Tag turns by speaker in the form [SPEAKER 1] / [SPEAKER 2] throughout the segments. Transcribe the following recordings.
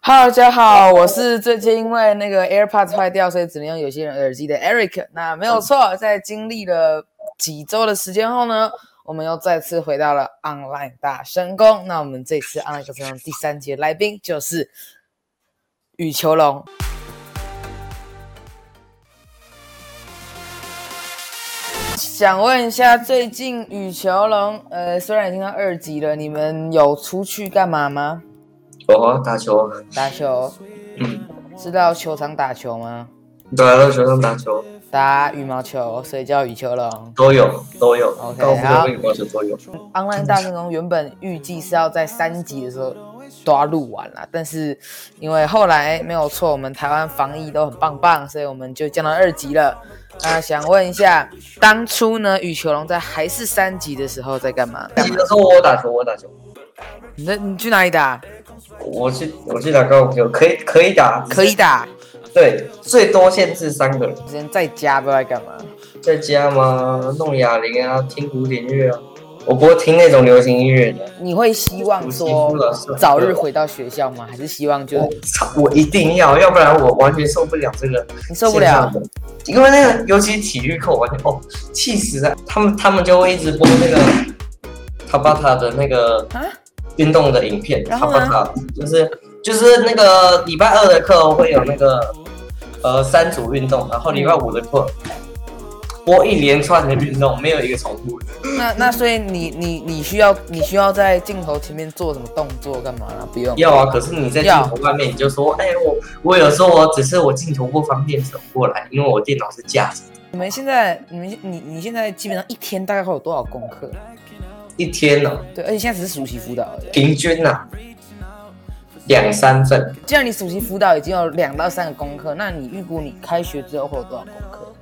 [SPEAKER 1] Hello，大家好，我是最近因为那个 AirPods 坏掉，所以只能用有线耳机的 Eric。那没有错，在经历了几周的时间后呢，我们又再次回到了 Online 大神功。那我们这次 Online 大神功第三节来宾就是羽球龙。想问一下，最近羽球龙，呃，虽然已经到二级了，你们有出去干嘛吗？
[SPEAKER 2] 有啊，打球，
[SPEAKER 1] 打球？
[SPEAKER 2] 嗯，
[SPEAKER 1] 是到球场打球吗？
[SPEAKER 2] 对啊，到球上打球
[SPEAKER 1] 打羽毛球，所以叫羽球龙。
[SPEAKER 2] 都有都有，
[SPEAKER 1] OK，
[SPEAKER 2] 高尔夫
[SPEAKER 1] 好
[SPEAKER 2] 球、羽毛球都有。
[SPEAKER 1] Online 大圣宫原本预计是要在三集的时候都要录完啦，但是因为后来没有错，我们台湾防疫都很棒棒，所以我们就降到二级了。那想问一下，当初呢，羽球龙在还是三级的时候在干嘛？干嘛
[SPEAKER 2] 那？时候我打球，我打球，
[SPEAKER 1] 你在你去哪里打？
[SPEAKER 2] 我去我去打高尔夫球，可以可以打，
[SPEAKER 1] 可以打，
[SPEAKER 2] 对，最多限制三个人。
[SPEAKER 1] 之前在家都在干嘛？
[SPEAKER 2] 在家吗？弄哑铃啊，听古典乐啊，我不会听那种流行音乐的。
[SPEAKER 1] 你会希望说早日回到学校吗？还是希望就是
[SPEAKER 2] 我我一定要，要不然我完全受不了这个
[SPEAKER 1] 你受不了
[SPEAKER 2] 线上？的，因为那个尤其体育课，我完全哦气死了。他们他们就会一直播那个塔巴塔的那个
[SPEAKER 1] 啊？
[SPEAKER 2] 运动的影片，
[SPEAKER 1] 然
[SPEAKER 2] 塔
[SPEAKER 1] 后
[SPEAKER 2] 巴
[SPEAKER 1] 呢
[SPEAKER 2] 塔就是就是那个礼拜二的课会有那个呃三组运动，然后礼拜五的课播一连串的运动，没有一个重复的。
[SPEAKER 1] 那那所以你你你需要你需要在镜头前面做什么动作干嘛啦？不用。
[SPEAKER 2] 要啊，可是你在镜头外面，你就说，哎、我我有时候我只是我镜头不方便走过来，因为我电脑是架着，
[SPEAKER 1] 你们现在你们你你现在基本上一天大概会有多少功课？
[SPEAKER 2] 一天呢、
[SPEAKER 1] 对，而且现在只是暑期辅导而已。
[SPEAKER 2] 平均呢、啊、两三份。
[SPEAKER 1] 既然你暑期辅导已经有两到三个功课，那你预估你开学之后会有多少功课？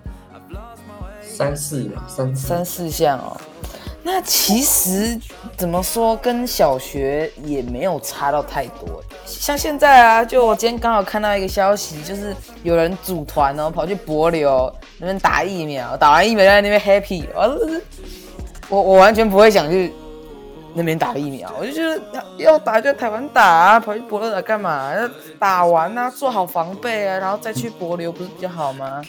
[SPEAKER 2] 三四个三四，
[SPEAKER 1] 三四项哦。那其实怎么说，跟小学也没有差到太多。像现在啊，就我今天刚好看到一个消息，就是有人组团哦，跑去柏流那边打疫苗，打完疫苗在那边 happy，我哦我我完全不会想去那边打疫苗，我就觉得要要打就在台湾打啊，跑去柏流打干嘛？要打完啊，做好防备啊，然后再去柏流不是比较好吗？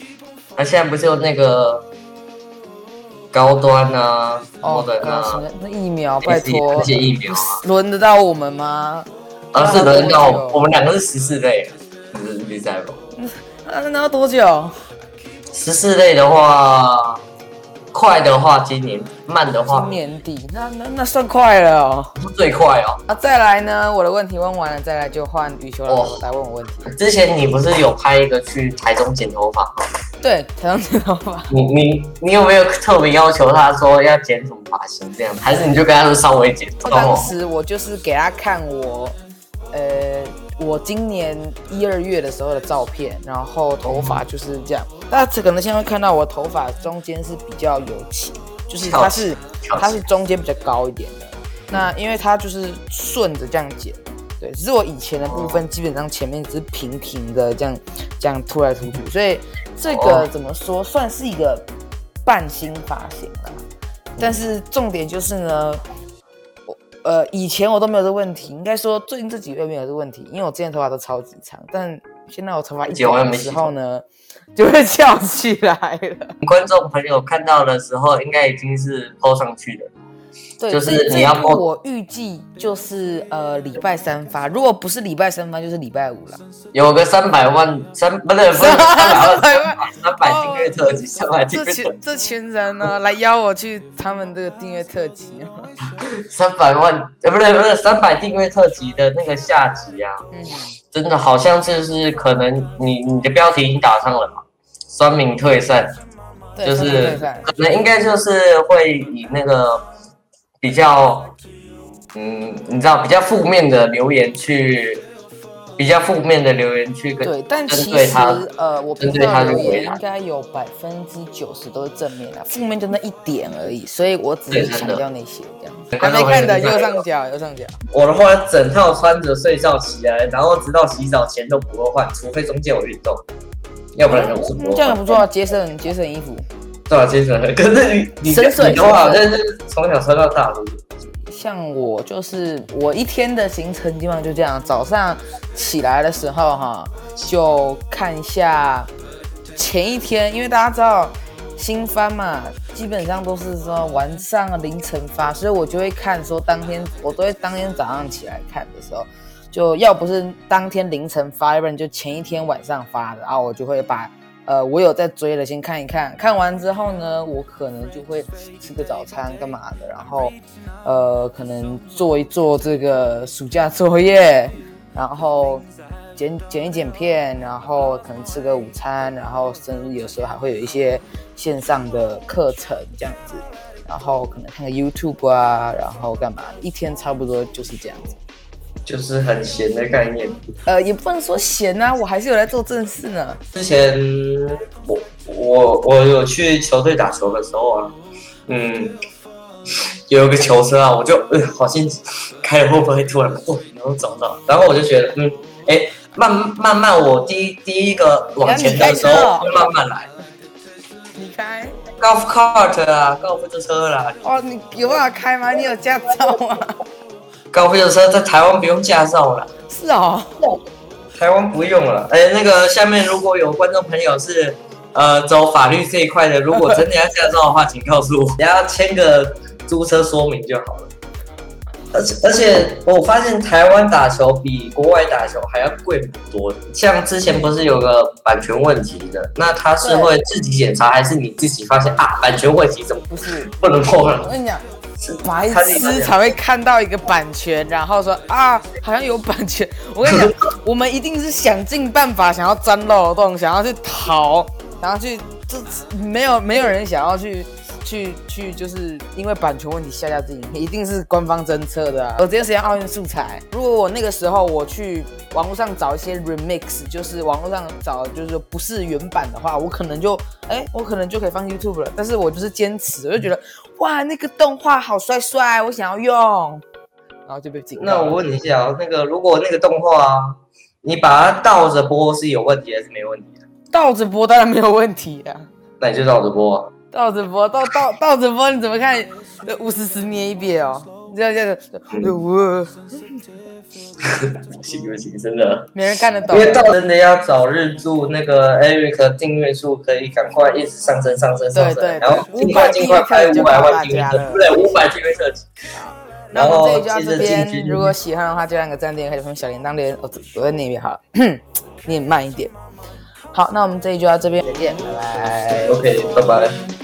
[SPEAKER 2] 那、啊现在不是有那个高端啊，
[SPEAKER 1] 哦
[SPEAKER 2] 高端，
[SPEAKER 1] 那什
[SPEAKER 2] 啊
[SPEAKER 1] 么，那疫 苗，
[SPEAKER 2] 那
[SPEAKER 1] 拜
[SPEAKER 2] 些
[SPEAKER 1] 托
[SPEAKER 2] 那，些疫苗啊
[SPEAKER 1] 轮得到我们吗？
[SPEAKER 2] 啊，是轮到
[SPEAKER 1] 那很
[SPEAKER 2] 我
[SPEAKER 1] 久
[SPEAKER 2] 我们两个是十四类，就是比赛吧。
[SPEAKER 1] 啊，那要多久？
[SPEAKER 2] 十四类的话，快的话今年，慢的话
[SPEAKER 1] 今年底，那那那算快了哦。
[SPEAKER 2] 最快哦。
[SPEAKER 1] 啊，再来呢？我的问题问完了，再来就换羽球老师
[SPEAKER 2] 哦
[SPEAKER 1] 来问我问题。
[SPEAKER 2] 之前你不是有拍一个去台中剪头发吗？
[SPEAKER 1] 对，台中剪头发，
[SPEAKER 2] 你你你有没有特别要求他说要剪什么发型这样？还是你就跟他说稍微剪？
[SPEAKER 1] 当时我就是给他看我，呃，我今年一二月的时候的照片，然后头发就是这样。大家可能现在会看到我头发中间是比较油起，就是它是
[SPEAKER 2] 翘起
[SPEAKER 1] 它是中间比较高一点的。那因为它就是顺着这样剪，对，只是我以前的部分基本上前面只是平平的这样这样突来突去，所以这个
[SPEAKER 2] 哦
[SPEAKER 1] 怎么说算是一个半新发型了。但是重点就是呢，我呃以前我都没有这个问题，应该说最近这几个月没有这个问题，因为我之前头发都超级长，但现在我头发一
[SPEAKER 2] 剪完
[SPEAKER 1] 长
[SPEAKER 2] 没
[SPEAKER 1] 的
[SPEAKER 2] 洗
[SPEAKER 1] 时候呢，就会翘起来 了。
[SPEAKER 2] 观众朋友看到的时候，应该已经是 PO 上去了。
[SPEAKER 1] 对，
[SPEAKER 2] 就是
[SPEAKER 1] 这
[SPEAKER 2] 你
[SPEAKER 1] 这一
[SPEAKER 2] 要
[SPEAKER 1] 部
[SPEAKER 2] 播
[SPEAKER 1] 我预计就是呃礼拜三发，如果不是礼拜三发，就是礼拜五 了。
[SPEAKER 2] 有个三百万三不是不是三百万三百
[SPEAKER 1] 哦
[SPEAKER 2] 订阅特辑，三百订
[SPEAKER 1] 这
[SPEAKER 2] 阅特
[SPEAKER 1] 群这群人呢，来邀我去他们这个订阅特辑啊。
[SPEAKER 2] 三百万呃不是不是三百订阅特辑的那个下集啊，
[SPEAKER 1] 嗯，
[SPEAKER 2] 真的好像就是可能你你的标题已经打上了嘛，酸民退散，
[SPEAKER 1] 对，
[SPEAKER 2] 就
[SPEAKER 1] 上次
[SPEAKER 2] 是
[SPEAKER 1] 对战
[SPEAKER 2] 可能应该就是会以那个比较，嗯，你知道比较负面的留言去，比较负面的留言去跟
[SPEAKER 1] 对，但
[SPEAKER 2] 针
[SPEAKER 1] 其
[SPEAKER 2] 对
[SPEAKER 1] 实
[SPEAKER 2] 他
[SPEAKER 1] 呃，我
[SPEAKER 2] 针
[SPEAKER 1] 频
[SPEAKER 2] 对
[SPEAKER 1] 道
[SPEAKER 2] 他
[SPEAKER 1] 留
[SPEAKER 2] 就回
[SPEAKER 1] 言
[SPEAKER 2] 答
[SPEAKER 1] 应该有百分之九十都是正面的，负面就那一点而已，所以我只
[SPEAKER 2] 对
[SPEAKER 1] 是
[SPEAKER 2] 真的
[SPEAKER 1] 强调那些这样。
[SPEAKER 2] 对
[SPEAKER 1] 还没
[SPEAKER 2] 观众
[SPEAKER 1] 看的
[SPEAKER 2] 朋友
[SPEAKER 1] 右上角，右上角。
[SPEAKER 2] 我的话，整套穿着睡觉起来，然后直到洗澡前都不会换，除非中间有运动，要不然我是不
[SPEAKER 1] 嗯
[SPEAKER 2] 会
[SPEAKER 1] 这样也
[SPEAKER 2] 换。
[SPEAKER 1] 不错啊，节省节省衣服。
[SPEAKER 2] 对啊，接着，可是你你
[SPEAKER 1] 深邃
[SPEAKER 2] 你的话，好像是从小穿到大的，
[SPEAKER 1] 像我就是我一天的行程基本上就这样，早上起来的时候哈，就看一下前一天，因为大家知道新番嘛，基本上都是说晚上凌晨发，所以我就会看说当天我都会当天早上起来看的时候，就要不是当天凌晨发，要不然就前一天晚上发的，然后我就会把。呃，我有在追了，先看一看。看完之后呢，我可能就会吃个早餐干嘛的，然后，呃，可能做一做这个暑假作业， 然后剪剪一剪片，然后可能吃个午餐，然后甚至有时候还会有一些线上的课程这样子，然后可能看个 YouTube 啊，然后干嘛，一天差不多就是这样子。
[SPEAKER 2] 就是很闲的概念。
[SPEAKER 1] 呃，也不能说闲啊，我还是有在做正事呢。
[SPEAKER 2] 之前我我我有去球队打球的时候啊，嗯，有一个球车啊，我就嗯、呃好心开了会不会突然哦，然后找到，然后我就觉得嗯，哎，慢慢慢，我第一第一个往前的
[SPEAKER 1] 你
[SPEAKER 2] 时
[SPEAKER 1] 看你开车哦
[SPEAKER 2] 候会慢慢来
[SPEAKER 1] 你开
[SPEAKER 2] ，golf cart 啊，高尔夫球车啦，
[SPEAKER 1] 哦，你有办法开吗？你有驾照吗？
[SPEAKER 2] 高尔夫球车在台湾不用驾照了。
[SPEAKER 1] 是哦，
[SPEAKER 2] 台湾不用了。哎、那个下面如果有观众朋友是呃走法律这一块的，如果真的要驾照的话，请告 诉我，你要签个租车说明就好了。而且而且我发现台湾打球比国外打球还要贵很多的，像之前不是有个版权问题的，那他是会自己检查，还是你自己发现啊版权问题怎么
[SPEAKER 1] 不是，
[SPEAKER 2] 不能碰
[SPEAKER 1] 我
[SPEAKER 2] 了？
[SPEAKER 1] 跟你讲，
[SPEAKER 2] 是
[SPEAKER 1] 白
[SPEAKER 2] 他自己发
[SPEAKER 1] 痴
[SPEAKER 2] 现
[SPEAKER 1] 才会看到一个版权，然后说啊，好像有版权。我跟你讲，我们一定是想尽办法想要钻漏洞，想要去逃，想要去，这没有没有人想要去。去去，就是因为版权问题下架自己，一定是官方侦测的、啊。我这段时间奥运素材，如果我那个时候我去网络上找一些 remix，就是网络上找就是说不是原版的话，我可能就哎、我可能就可以放 YouTube 了。但是我就是坚持，我就觉得哇，那个动画好帅帅，我想要用，然后就被警告。
[SPEAKER 2] 那我问你一下哦，那个如果那个动画啊，你把它倒着播是有问题还是没问题啊的？
[SPEAKER 1] 倒着播当然没有问题啊，
[SPEAKER 2] 那你就倒着播、啊。
[SPEAKER 1] 倒着播倒倒倒着播你怎么看？呃五十十捏一遍哦，这样这样子，呃我
[SPEAKER 2] 不行不行，真的，
[SPEAKER 1] 没人看得懂
[SPEAKER 2] 因。为到真的要早日祝那个 Eric 订阅数可以赶快一直上升上升上
[SPEAKER 1] 对对对
[SPEAKER 2] 升，然后尽快尽快拍五百万订阅特辑，对，五百订阅特辑。
[SPEAKER 1] 那
[SPEAKER 2] 然
[SPEAKER 1] 我们这
[SPEAKER 2] 后
[SPEAKER 1] 里就到
[SPEAKER 2] 接着
[SPEAKER 1] 这
[SPEAKER 2] 进军
[SPEAKER 1] 边，如果喜欢的话就按个赞点，可以分享小铃铛连，我我在那边好了， 念慢一点。好，那我们这里就到这边，再见，拜拜。
[SPEAKER 2] 哎，OK，拜拜。